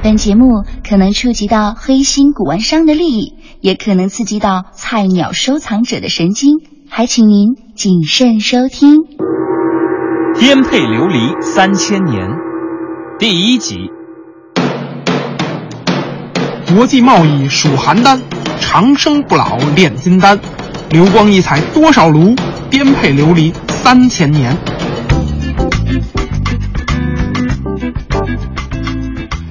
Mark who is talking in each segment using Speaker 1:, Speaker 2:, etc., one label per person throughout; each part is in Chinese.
Speaker 1: 本节目可能触及到黑心古玩商的利益，也可能刺激到菜鸟收藏者的神经，还请您谨慎收听。
Speaker 2: 颠沛流离三千年，第一集。
Speaker 3: 国际贸易属邯郸，长生不老炼金丹，流光溢彩多少炉，颠沛流离三千年。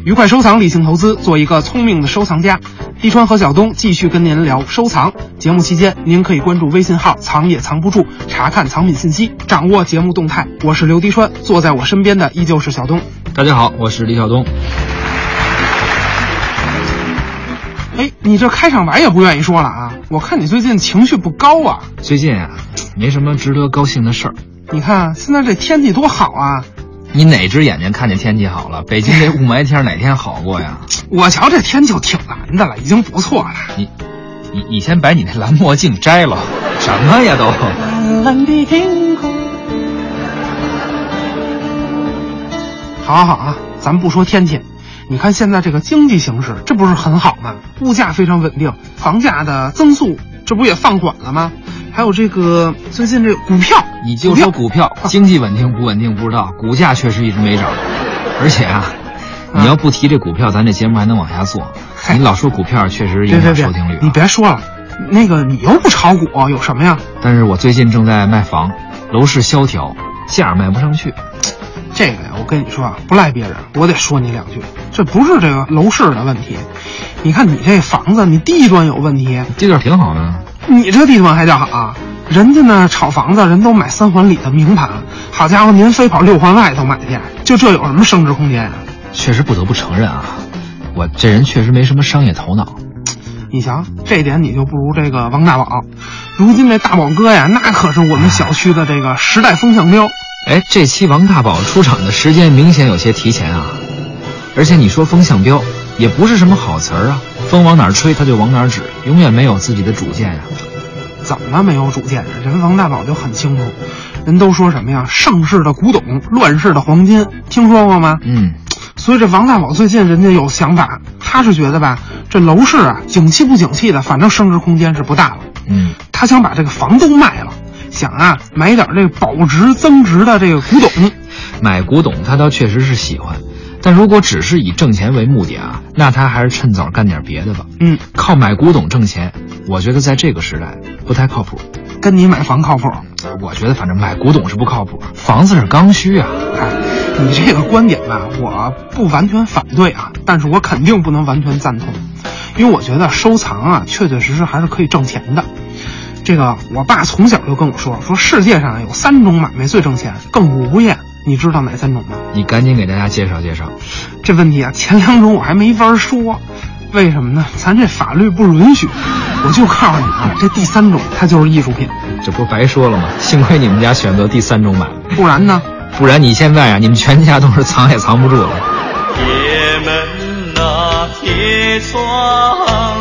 Speaker 3: 愉快收藏，理性投资，做一个聪明的收藏家。立川和小东继续跟您聊收藏。节目期间，您可以关注微信号“藏也藏不住”，查看藏品信息，掌握节目动态。我是刘迪川，坐在我身边的依旧是小东。
Speaker 4: 大家好，我是李晓东。
Speaker 3: 哎，你这开场白也不愿意说了啊？我看你最近情绪不高啊。
Speaker 4: 最近啊，没什么值得高兴的事儿。
Speaker 3: 你看现在这天气多好啊！
Speaker 4: 你哪只眼睛看见天气好了？北京这雾霾天儿哪天好过呀？
Speaker 3: 我瞧这天就挺蓝的了，已经不错了。
Speaker 4: 你，你你先把你那蓝墨镜摘了，什么呀都？
Speaker 3: 蓝蓝的天空。好好好啊，咱不说天气，你看现在这个经济形势，这不是很好吗？物价非常稳定，房价的增速这不也放缓了吗？还有这个最近这股票，
Speaker 4: 你就说股票经济稳定不稳定不知道，股价确实一直没涨，而且啊，你要不提这股票，咱这节目还能往下做。你老说股票确实
Speaker 3: 别
Speaker 4: 影
Speaker 3: 别
Speaker 4: 响
Speaker 3: 别
Speaker 4: 收听率啊，
Speaker 3: 你别说了，那个你又不炒股，有什么呀？
Speaker 4: 但是我最近正在卖房，楼市萧条，价儿卖不上去。
Speaker 3: 这个呀，我跟你说啊，不赖别人，我得说你两句。这不是这个楼市的问题，你看你这房子，你地段有问题，
Speaker 4: 这段挺好的，
Speaker 3: 你这地段还叫好啊？人家呢炒房子，人都买三环里的名盘，好家伙，您非跑六环外头买去，就这有什么升值空间啊？
Speaker 4: 确实不得不承认啊，我这人确实没什么商业头脑。
Speaker 3: 你瞧，这点你就不如这个王大宝。如今这大宝哥呀，那可是我们小区的这个时代风向标。
Speaker 4: 哎，这期王大宝出场的时间明显有些提前啊，而且你说风向标也不是什么好词儿啊，风往哪儿吹他就往哪儿指，永远没有自己的主见呀、啊
Speaker 3: 怎么没有主见呢？人王大宝就很清楚，人都说什么呀？盛世的古董，乱世的黄金，听说过吗？
Speaker 4: 嗯，
Speaker 3: 所以这王大宝最近人家有想法，他是觉得吧，这楼市啊，景气不景气的，反正升值空间是不大了。
Speaker 4: 嗯，
Speaker 3: 他想把这个房都卖了，想啊买点这个保值增值的这个古董。
Speaker 4: 买古董他倒确实是喜欢，但如果只是以挣钱为目的啊，那他还是趁早干点别的吧。
Speaker 3: 嗯，
Speaker 4: 靠买古董挣钱，我觉得在这个时代不太靠谱。呃
Speaker 3: 跟你买房靠谱？
Speaker 4: 我觉得反正买古董是不靠谱，房子是刚需啊。
Speaker 3: 哎，你这个观点吧，我不完全反对啊，但是我肯定不能完全赞同，因为我觉得收藏啊，确确实实还是可以挣钱的。这个我爸从小就跟我说，说世界上有三种买卖最挣钱，亘古不变。你知道哪三种吗？
Speaker 4: 你赶紧给大家介绍介绍。
Speaker 3: 这问题啊，前两种我还没法说，为什么呢？咱这法律不允许。我就告诉你啊，这第三种它就是艺术品，
Speaker 4: 这不白说了吗？幸亏你们家选择第三种买，
Speaker 3: 不然呢？
Speaker 4: 不然你现在啊，你们全家都是藏也藏不住了。
Speaker 5: 铁门啊，铁窗，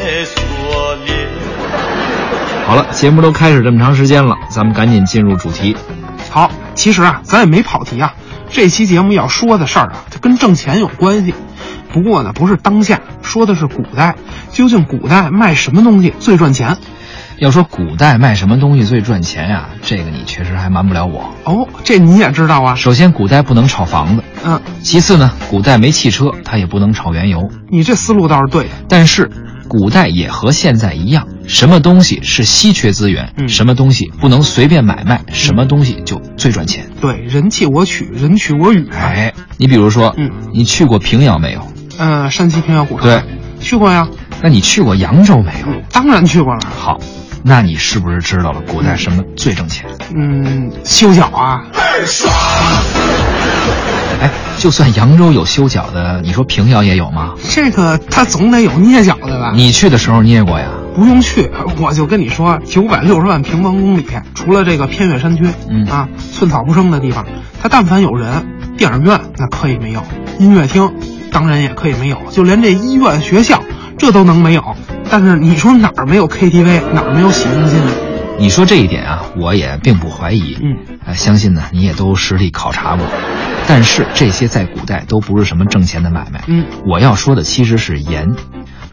Speaker 5: 铁锁链。
Speaker 4: 好了，节目都开始这么长时间了，咱们赶紧进入主题。
Speaker 3: 好，其实啊，咱也没跑题啊。这期节目要说的事儿啊，它跟挣钱有关系。不过呢，不是当下，说的是古代。究竟古代卖什么东西最赚钱？
Speaker 4: 要说古代卖什么东西最赚钱呀、这个你确实还瞒不了我。
Speaker 3: 哦，这你也知道啊？
Speaker 4: 首先，古代不能炒房子；
Speaker 3: 嗯，
Speaker 4: 其次呢，古代没汽车，它也不能炒原油。
Speaker 3: 你这思路倒是对的。
Speaker 4: 但是，古代也和现在一样，什么东西是稀缺资源，
Speaker 3: 嗯
Speaker 4: 什么东西不能随便买卖，什么东西就最赚钱。
Speaker 3: 对，人弃我取，人取我予。，
Speaker 4: 哎，你比如说，
Speaker 3: 嗯
Speaker 4: 你去过平遥没有？
Speaker 3: 嗯、山西平遥古城，
Speaker 4: 对，
Speaker 3: 去过呀，
Speaker 4: 那你去过扬州没有？
Speaker 3: 当然去过了。
Speaker 4: 好，那你是不是知道了古代什么最挣钱？
Speaker 3: 嗯，修脚啊，
Speaker 4: 哎，就算扬州有修脚的，你说平遥也有吗？
Speaker 3: 这个他总得有捏脚的吧？
Speaker 4: 你去的时候捏过呀？
Speaker 3: 不用去，我就跟你说，九百六十万平方公里，除了这个偏远山区，
Speaker 4: 嗯
Speaker 3: 啊，寸草不生的地方，它但凡有人，电影院那可以没有，音乐厅当然也可以没有，就连这医院、学校这都能没有。但是你说哪儿没有 KTV，哪儿没有洗浴中心呢？
Speaker 4: 你说这一点啊，我也并不怀疑。
Speaker 3: 嗯，
Speaker 4: 呃，相信呢你也都实地考察过。但是这些在古代都不是什么挣钱的买卖。
Speaker 3: 嗯，
Speaker 4: 我要说的其实是盐。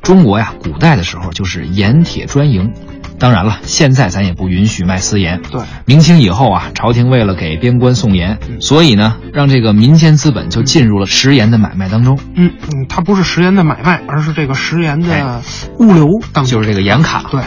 Speaker 4: 中国呀，古代的时候就是盐铁专营。当然了，现在咱也不允许卖私盐。
Speaker 3: 对，嗯
Speaker 4: 明清以后啊，朝廷为了给边关送盐，所以呢，让这个民间资本就进入了食盐的买卖当中，
Speaker 3: 嗯嗯，它不是食盐的买卖，而是这个食盐
Speaker 4: 哎
Speaker 3: 的物流当中。
Speaker 4: 就是这个盐卡。
Speaker 3: 对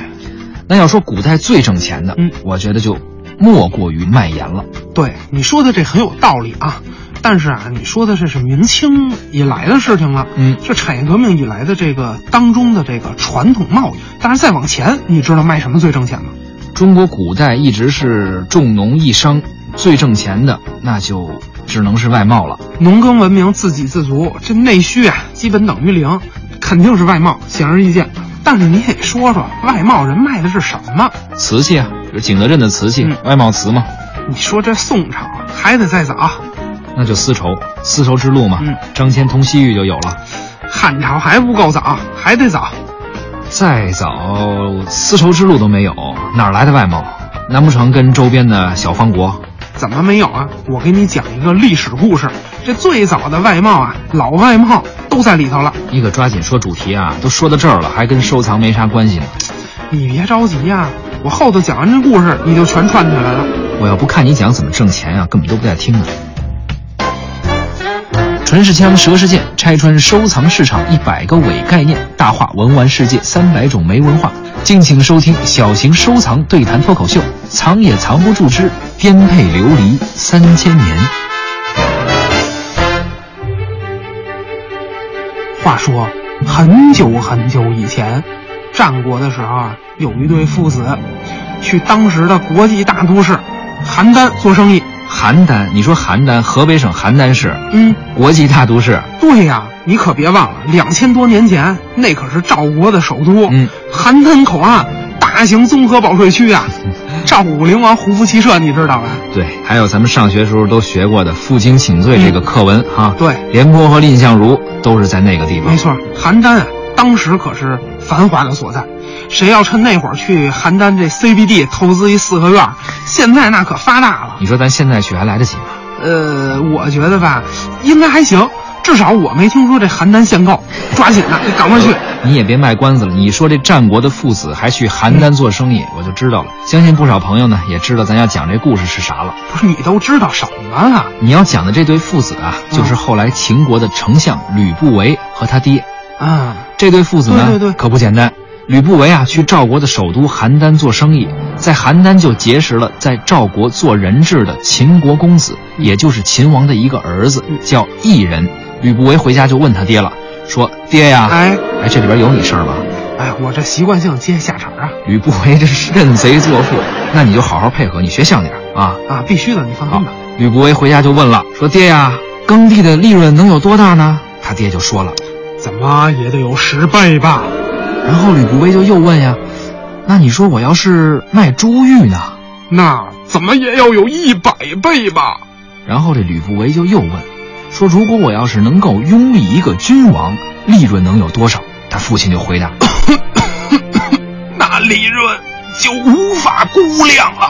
Speaker 4: 那要说古代最挣钱的，
Speaker 3: 嗯
Speaker 4: 我觉得就莫过于卖盐了。
Speaker 3: 对，你说的这很有道理啊。但是啊，你说的这是明清以来的事情了，
Speaker 4: 嗯
Speaker 3: 这产业革命以来的这个当中的这个传统贸易。但是再往前，你知道卖什么最挣钱吗？
Speaker 4: 中国古代一直是重农抑商，最挣钱的那就只能是外贸了。
Speaker 3: 农耕文明自给自足，这内需啊，基本等于零，肯定是外贸，显而易见。但是你也说说，外贸人卖的是什么？
Speaker 4: 瓷器啊，比如景德镇的瓷器，
Speaker 3: 嗯
Speaker 4: 外贸瓷嘛，
Speaker 3: 你说这宋朝啊还得再早，
Speaker 4: 那就丝绸，丝绸之路嘛，
Speaker 3: 嗯
Speaker 4: 张骞通西域就有了。
Speaker 3: 汉朝还不够早，还得早。
Speaker 4: 再早，丝绸之路都没有，哪儿来的外贸？难不成跟周边的小方国？
Speaker 3: 怎么没有啊？我给你讲一个历史故事。这最早的外贸啊，老外贸都在里头了。
Speaker 4: 你可抓紧说主题啊！都说到这儿了，还跟收藏没啥关系呢。
Speaker 3: 你别着急呀、我后头讲完这故事，你就全串起来了。
Speaker 4: 我要不看你讲怎么挣钱啊，根本都不带听的。纯是枪，蛇是剑，拆穿收藏市场一百个伪概念，大话文玩世界三百种没文化。敬请收听小型收藏对谈脱口秀，《藏也藏不住之颠沛流离三千年》。
Speaker 3: 话说，很久很久以前，战国的时候啊，有一对父子，去当时的国际大都市邯郸做生意。
Speaker 4: 邯郸，你说邯郸，河北省邯郸市，
Speaker 3: 嗯，
Speaker 4: 国际大都市，
Speaker 3: 对呀、你可别忘了，两千多年前那可是赵国的首都。
Speaker 4: 嗯，
Speaker 3: 邯郸口岸大型综合保税区啊，赵武灵王胡服骑射，你知道吧？
Speaker 4: 对，还有咱们上学时候都学过的《负荆请罪》这个课文哈、啊，
Speaker 3: 对，
Speaker 4: 廉颇和蔺相如都是在那个地方
Speaker 3: 没。错，邯郸啊，当时可是繁华的所在。谁要趁那会儿去邯郸这 CBD 投资一四合院，现在那可发大了。
Speaker 4: 你说咱现在去还来得及吗？
Speaker 3: 呃，我觉得吧，应该还行，至少我没听说这邯郸限购，抓紧了，赶快去。
Speaker 4: 你也别卖关子了，你说这战国的父子还去邯郸做生意，我就知道了。相信不少朋友呢也知道咱要讲这故事是啥了。
Speaker 3: 不是你都知道什么了？
Speaker 4: 你要讲的这对父子啊，
Speaker 3: 嗯
Speaker 4: 就是后来秦国的丞相吕不韦和他爹。
Speaker 3: 啊，
Speaker 4: 这对父子呢，
Speaker 3: 对对对
Speaker 4: 可不简单。吕不韦啊，去赵国的首都邯郸做生意，在邯郸就结识了在赵国做人质的秦国公子，也就是秦王的一个儿子，叫异人。吕不韦回家就问他爹了，说：“爹呀，
Speaker 3: 哎
Speaker 4: 哎，这里边有你事儿吧？”
Speaker 3: 哎，我这习惯性接下茬啊
Speaker 4: 吕不韦这是认贼作父，那你就好好配合，你学像点儿啊。
Speaker 3: 啊，必须的，你放
Speaker 4: 好
Speaker 3: 心吧。，
Speaker 4: 吕不韦回家就问了，说爹呀，耕地的利润能有多大呢？他爹就说了，
Speaker 3: 怎么也得有十倍吧？
Speaker 4: 然后吕不韦就又问呀，那你说我要是卖珠玉呢？
Speaker 3: 那怎么也要有一百倍吧？
Speaker 4: 然后这吕不韦就又问，说如果我要是能够拥立一个君王，利润能有多少？他父亲就回答，
Speaker 3: 那利润就无法估量了，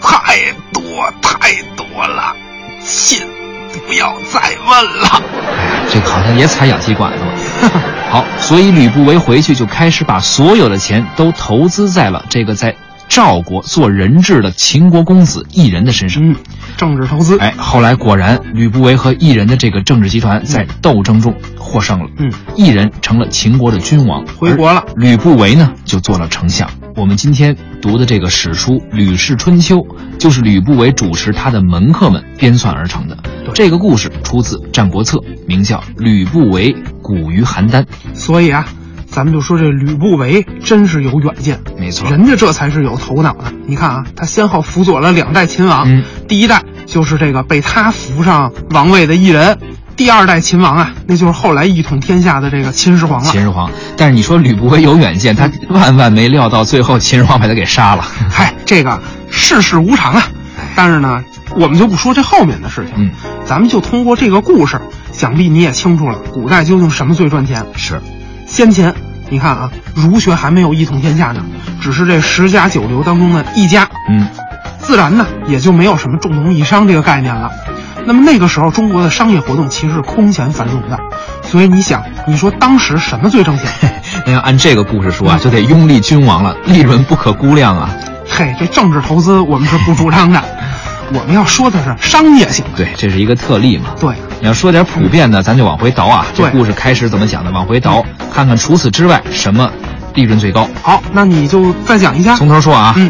Speaker 3: 太多太多了，亲，不要再问了。
Speaker 4: 哎呀，这个好像也踩氧气管子了。 好，所以吕不韦回去就开始把所有的钱都投资在了这个在赵国做人质的秦国公子异人的身上。
Speaker 3: 嗯，政治投资，
Speaker 4: 哎，后来果然，吕不韦和异人的这个政治集团在斗争中获胜了。
Speaker 3: 嗯，
Speaker 4: 异人成了秦国的君王，
Speaker 3: 回国了。
Speaker 4: 吕不韦呢，就做了丞相。我们今天读的这个史书《吕氏春秋》，就是吕不韦主持他的门客们编纂而成的。这个故事出自《战国策》，名叫《吕不韦古于邯郸》。
Speaker 3: 所以啊，咱们就说这吕不韦真是有远见，
Speaker 4: 没错，
Speaker 3: 人家这才是有头脑的。你看啊，他先后辅佐了两代秦王，
Speaker 4: 嗯
Speaker 3: 第一代就是这个被他扶上王位的异人，第二代秦王啊，那就是后来一统天下的这个秦始皇了
Speaker 4: 秦。始皇。但是你说吕不韦有远见，他万万没料到最后秦始皇哎把他给杀 了。
Speaker 3: 嗨，这个世事无常啊。但是呢，我们就不说这后面的事情，
Speaker 4: 嗯，
Speaker 3: 咱们就通过这个故事，想必你也清楚了，古代究竟什么最赚钱？
Speaker 4: 是，
Speaker 3: 先前你看啊，儒学还没有一统天下呢，只是这十家九流当中的一家，
Speaker 4: 嗯，
Speaker 3: 自然呢也就没有什么重农抑商这个概念了。那么那个时候，中国的商业活动其实是空前繁荣的，所以你想，你说当时什么最挣钱？
Speaker 4: 那要按这个故事说啊，就得拥立君王了，利润不可估量啊。
Speaker 3: 嘿，这政治投资我们是不主张的，我们要说的是商业性的。
Speaker 4: 对，这是一个特例嘛。
Speaker 3: 对，
Speaker 4: 你要说点普遍的，咱就往回倒啊。这
Speaker 3: 对嗯
Speaker 4: 故事开始怎么讲的？往回倒，看看除此之外什么利润最高。
Speaker 3: 好，那你就再讲一下。
Speaker 4: 从头说啊。
Speaker 3: 嗯。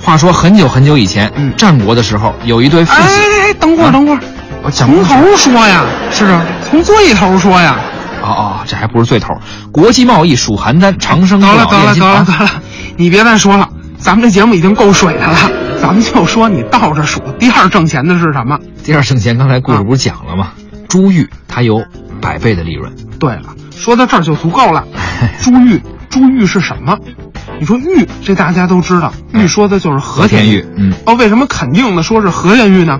Speaker 4: 话说很久很久以前，
Speaker 3: 嗯
Speaker 4: 战国的时候，有一对父
Speaker 3: 哎
Speaker 4: 子。
Speaker 3: 哎哎，等会
Speaker 4: 啊
Speaker 3: 儿，等会儿，
Speaker 4: 我讲
Speaker 3: 哎从
Speaker 4: 不
Speaker 3: 头说呀，是啊，从最头说呀。
Speaker 4: 哦哦，这还不是最头儿。国际贸易属邯郸，长生
Speaker 3: 得
Speaker 4: 不
Speaker 3: 了
Speaker 4: 老啊
Speaker 3: 得
Speaker 4: 炼
Speaker 3: 了
Speaker 4: 金
Speaker 3: 得
Speaker 4: 堂
Speaker 3: 了得了，你别再说了，咱们这节目已经够水的了，咱们就说你倒着数第二挣钱的是什么。
Speaker 4: 第二圣贤刚才故
Speaker 3: 啊
Speaker 4: 事不是讲了吗？珠玉它有百倍的利润，
Speaker 3: 对了，说到这儿就足 够了。珠玉，珠玉是什么？你说玉，这大家都知道，玉说的就是和田
Speaker 4: 玉。嗯
Speaker 3: 哦，为什么肯定的说是和田玉呢？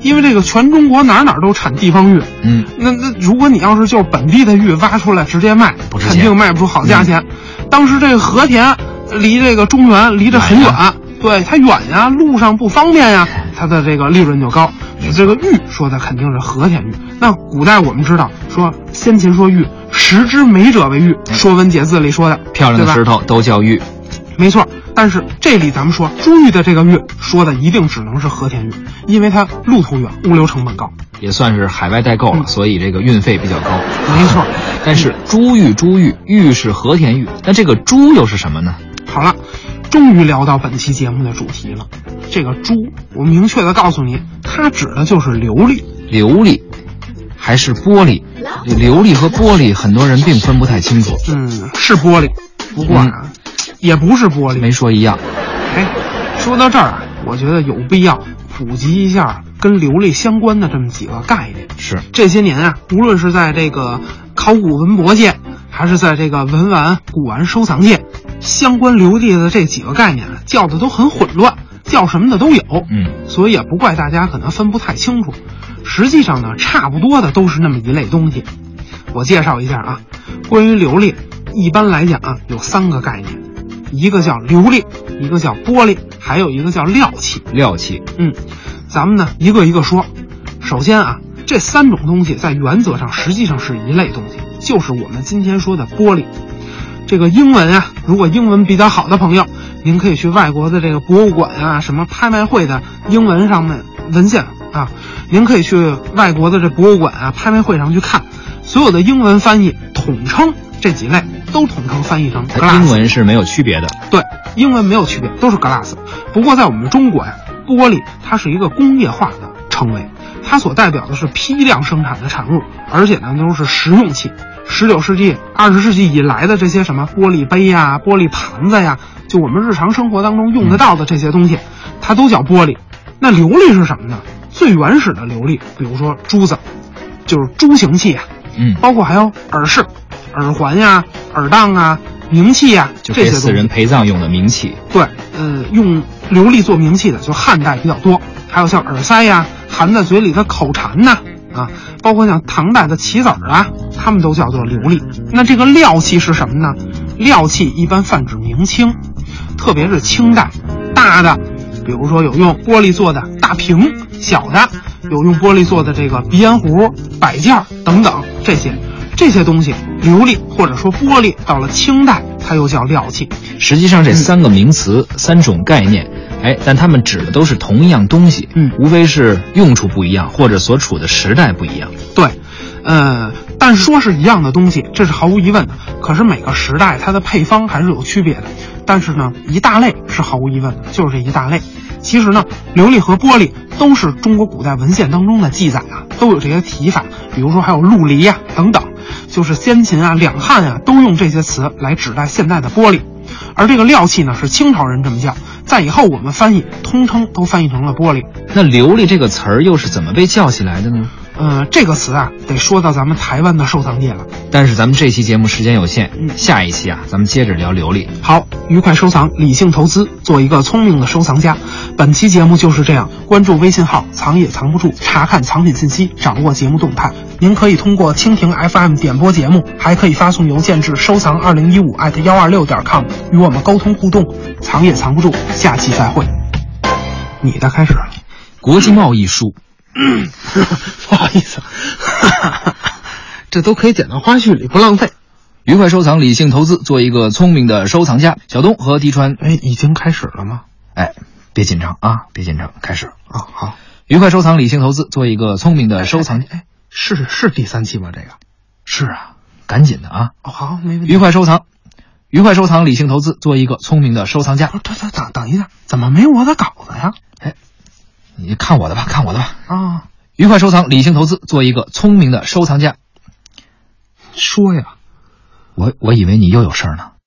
Speaker 3: 因为这个全中国哪儿哪儿都产地方玉，
Speaker 4: 嗯，
Speaker 3: 那那如果你要是就是本地的玉挖出来直接卖，
Speaker 4: 不值钱嗯
Speaker 3: 肯定卖不出好价钱。当时这个和田离这个中原离着很
Speaker 4: 远
Speaker 3: 远，
Speaker 4: 哎呀
Speaker 3: 啊对它远呀，路上不方便呀，它的这个利润就高。这个玉说的肯定是和田玉。那古代我们知道说先秦说玉，食之美者为玉，《说文解字》里说的，
Speaker 4: 嗯漂亮的
Speaker 3: 对吧
Speaker 4: 石头都叫玉。
Speaker 3: 没错，但是这里咱们说珠玉的这个玉，说的一定只能是和田玉，因为它路途远，物流成本高。
Speaker 4: 也算是海外代购了，
Speaker 3: 嗯
Speaker 4: 所以这个运费比较高。
Speaker 3: 没错，
Speaker 4: 但是珠玉，珠玉，玉是和田玉，那这个珠又是什么呢？
Speaker 3: 好了，终于聊到本期节目的主题了。这个珠，我明确的告诉你，它指的就是琉璃。
Speaker 4: 琉璃，还是玻璃？这琉璃和玻璃，很多人并分不太清楚，
Speaker 3: 嗯，是玻璃，不过
Speaker 4: 嗯
Speaker 3: 啊，也不是玻璃。
Speaker 4: 没说一样。
Speaker 3: 哎，说到这儿啊，我觉得有必要普及一下跟琉璃相关的这么几个概念。
Speaker 4: 是，
Speaker 3: 这些年啊，无论是在这个考古文博界，还是在这个文玩古玩收藏界，相关流地的这几个概念啊，叫的都很混乱，叫什么的都有。
Speaker 4: 嗯，
Speaker 3: 所以也不怪大家可能分不太清楚。实际上呢，差不多的都是那么一类东西。我介绍一下啊，关于琉璃，一般来讲啊，有三个概念，一个叫琉璃，一个叫玻璃，还有一个叫料器。
Speaker 4: 料器。
Speaker 3: 嗯，咱们呢一个一个说。首先啊，这三种东西在原则上实际上是一类东西，就是我们今天说的玻璃。这个英文啊，如果英文比较好的朋友，您可以去外国的这个博物馆啊，什么拍卖会的英文上面文献啊，您可以去外国的这博物馆啊、拍卖会上去看，所有的英文翻译统称这几类，都统称翻译成 glass。
Speaker 4: 它英文是没有区别的，
Speaker 3: 对，英文没有区别，都是 glass。不过在我们中国呀，玻璃它是一个工业化的称谓，它所代表的是批量生产的产物，而且呢都是实用器。十九世纪、二十世纪以来的这些什么玻璃杯呀、玻璃盘子呀，就我们日常生活当中用得到的这些东西，它都叫玻璃。那琉璃是什么呢？最原始的琉璃，比如说珠子，就是珠形器啊，
Speaker 4: 嗯，
Speaker 3: 包括还有耳饰、耳环呀、耳当啊、名器呀，
Speaker 4: 就
Speaker 3: 这
Speaker 4: 给
Speaker 3: 些
Speaker 4: 死
Speaker 3: 东西
Speaker 4: 人。陪葬用的冥器。
Speaker 3: 对，呃，用琉璃做名器的，就汉代比较多，还有像耳塞呀、含在嘴里的口禅呐、啊，包括像唐代的棋子儿啊，他们都叫做琉璃。那这个料器是什么呢？料器一般泛指明清，特别是清代，大的，比如说有用玻璃做的大瓶，小的有用玻璃做的这个鼻烟壶、摆件儿等等这些。这些东西，琉璃或者说玻璃，到了清代，它又叫料器。
Speaker 4: 实际
Speaker 3: 嗯
Speaker 4: 上这三个名词、三种概念，哎，但它们指的都是同一样东西，
Speaker 3: 嗯
Speaker 4: 无非是用处不一样，或者所处的时代不一样。
Speaker 3: 对，呃，但是说是一样的东西，这是毫无疑问的。可是每个时代它的配方还是有区别的。但是呢，一大类是毫无疑问的，就是这一大类。其实呢，琉璃和玻璃都是中国古代文献当中的记载啊，都有这些提法。比如说还有陆离呀、等等，就是先秦啊、两汉啊都用这些词来指代现代的玻璃。而这个料器呢，是清朝人这么叫，在以后我们翻译通称都翻译成了玻璃。
Speaker 4: 那“琉璃”这个词儿又是怎么被叫起来的呢？
Speaker 3: 呃，这个词啊，得说到咱们台湾的收藏界了。
Speaker 4: 但是咱们这期节目时间有限，
Speaker 3: 嗯
Speaker 4: 下一期啊，咱们接着聊琉璃。
Speaker 3: 好，愉快收藏，理性投资，做一个聪明的收藏家。本期节目就是这样，关注微信号“藏也藏不住”，查看藏品信息，掌握节目动态。您可以通过蜻蜓 FM 点播节目，还可以发送邮件至收藏二零一五艾特幺二六点 com 与我们沟通互动。藏也藏不住，下期再会。你的开始了，
Speaker 4: 国际贸易书，
Speaker 3: 不好意思，这都可以剪到花絮里，不浪费。
Speaker 4: 愉快收藏，理性投资，做一个聪明的收藏家。小东和迪川，
Speaker 3: 哎，已经开始了吗？
Speaker 4: 哎，别紧张啊，别紧张，开始。
Speaker 3: 啊、好，
Speaker 4: 愉快收藏，理性投资，做一个聪明的收藏家。哎
Speaker 3: 是是第三期吗？这个？
Speaker 4: 是啊，赶紧的啊！
Speaker 3: 哦，好，没问题
Speaker 4: 愉。快收藏，愉快收藏，理性投资，做一个聪明的收藏家
Speaker 3: 不。是，等等等等一下，怎么没有我的稿子呀？
Speaker 4: 你看我的吧，看我的吧。
Speaker 3: 啊，
Speaker 4: 愉快收藏，理性投资，做一个聪明的收藏家。
Speaker 3: 说呀，
Speaker 4: 我我以为你又有事儿呢。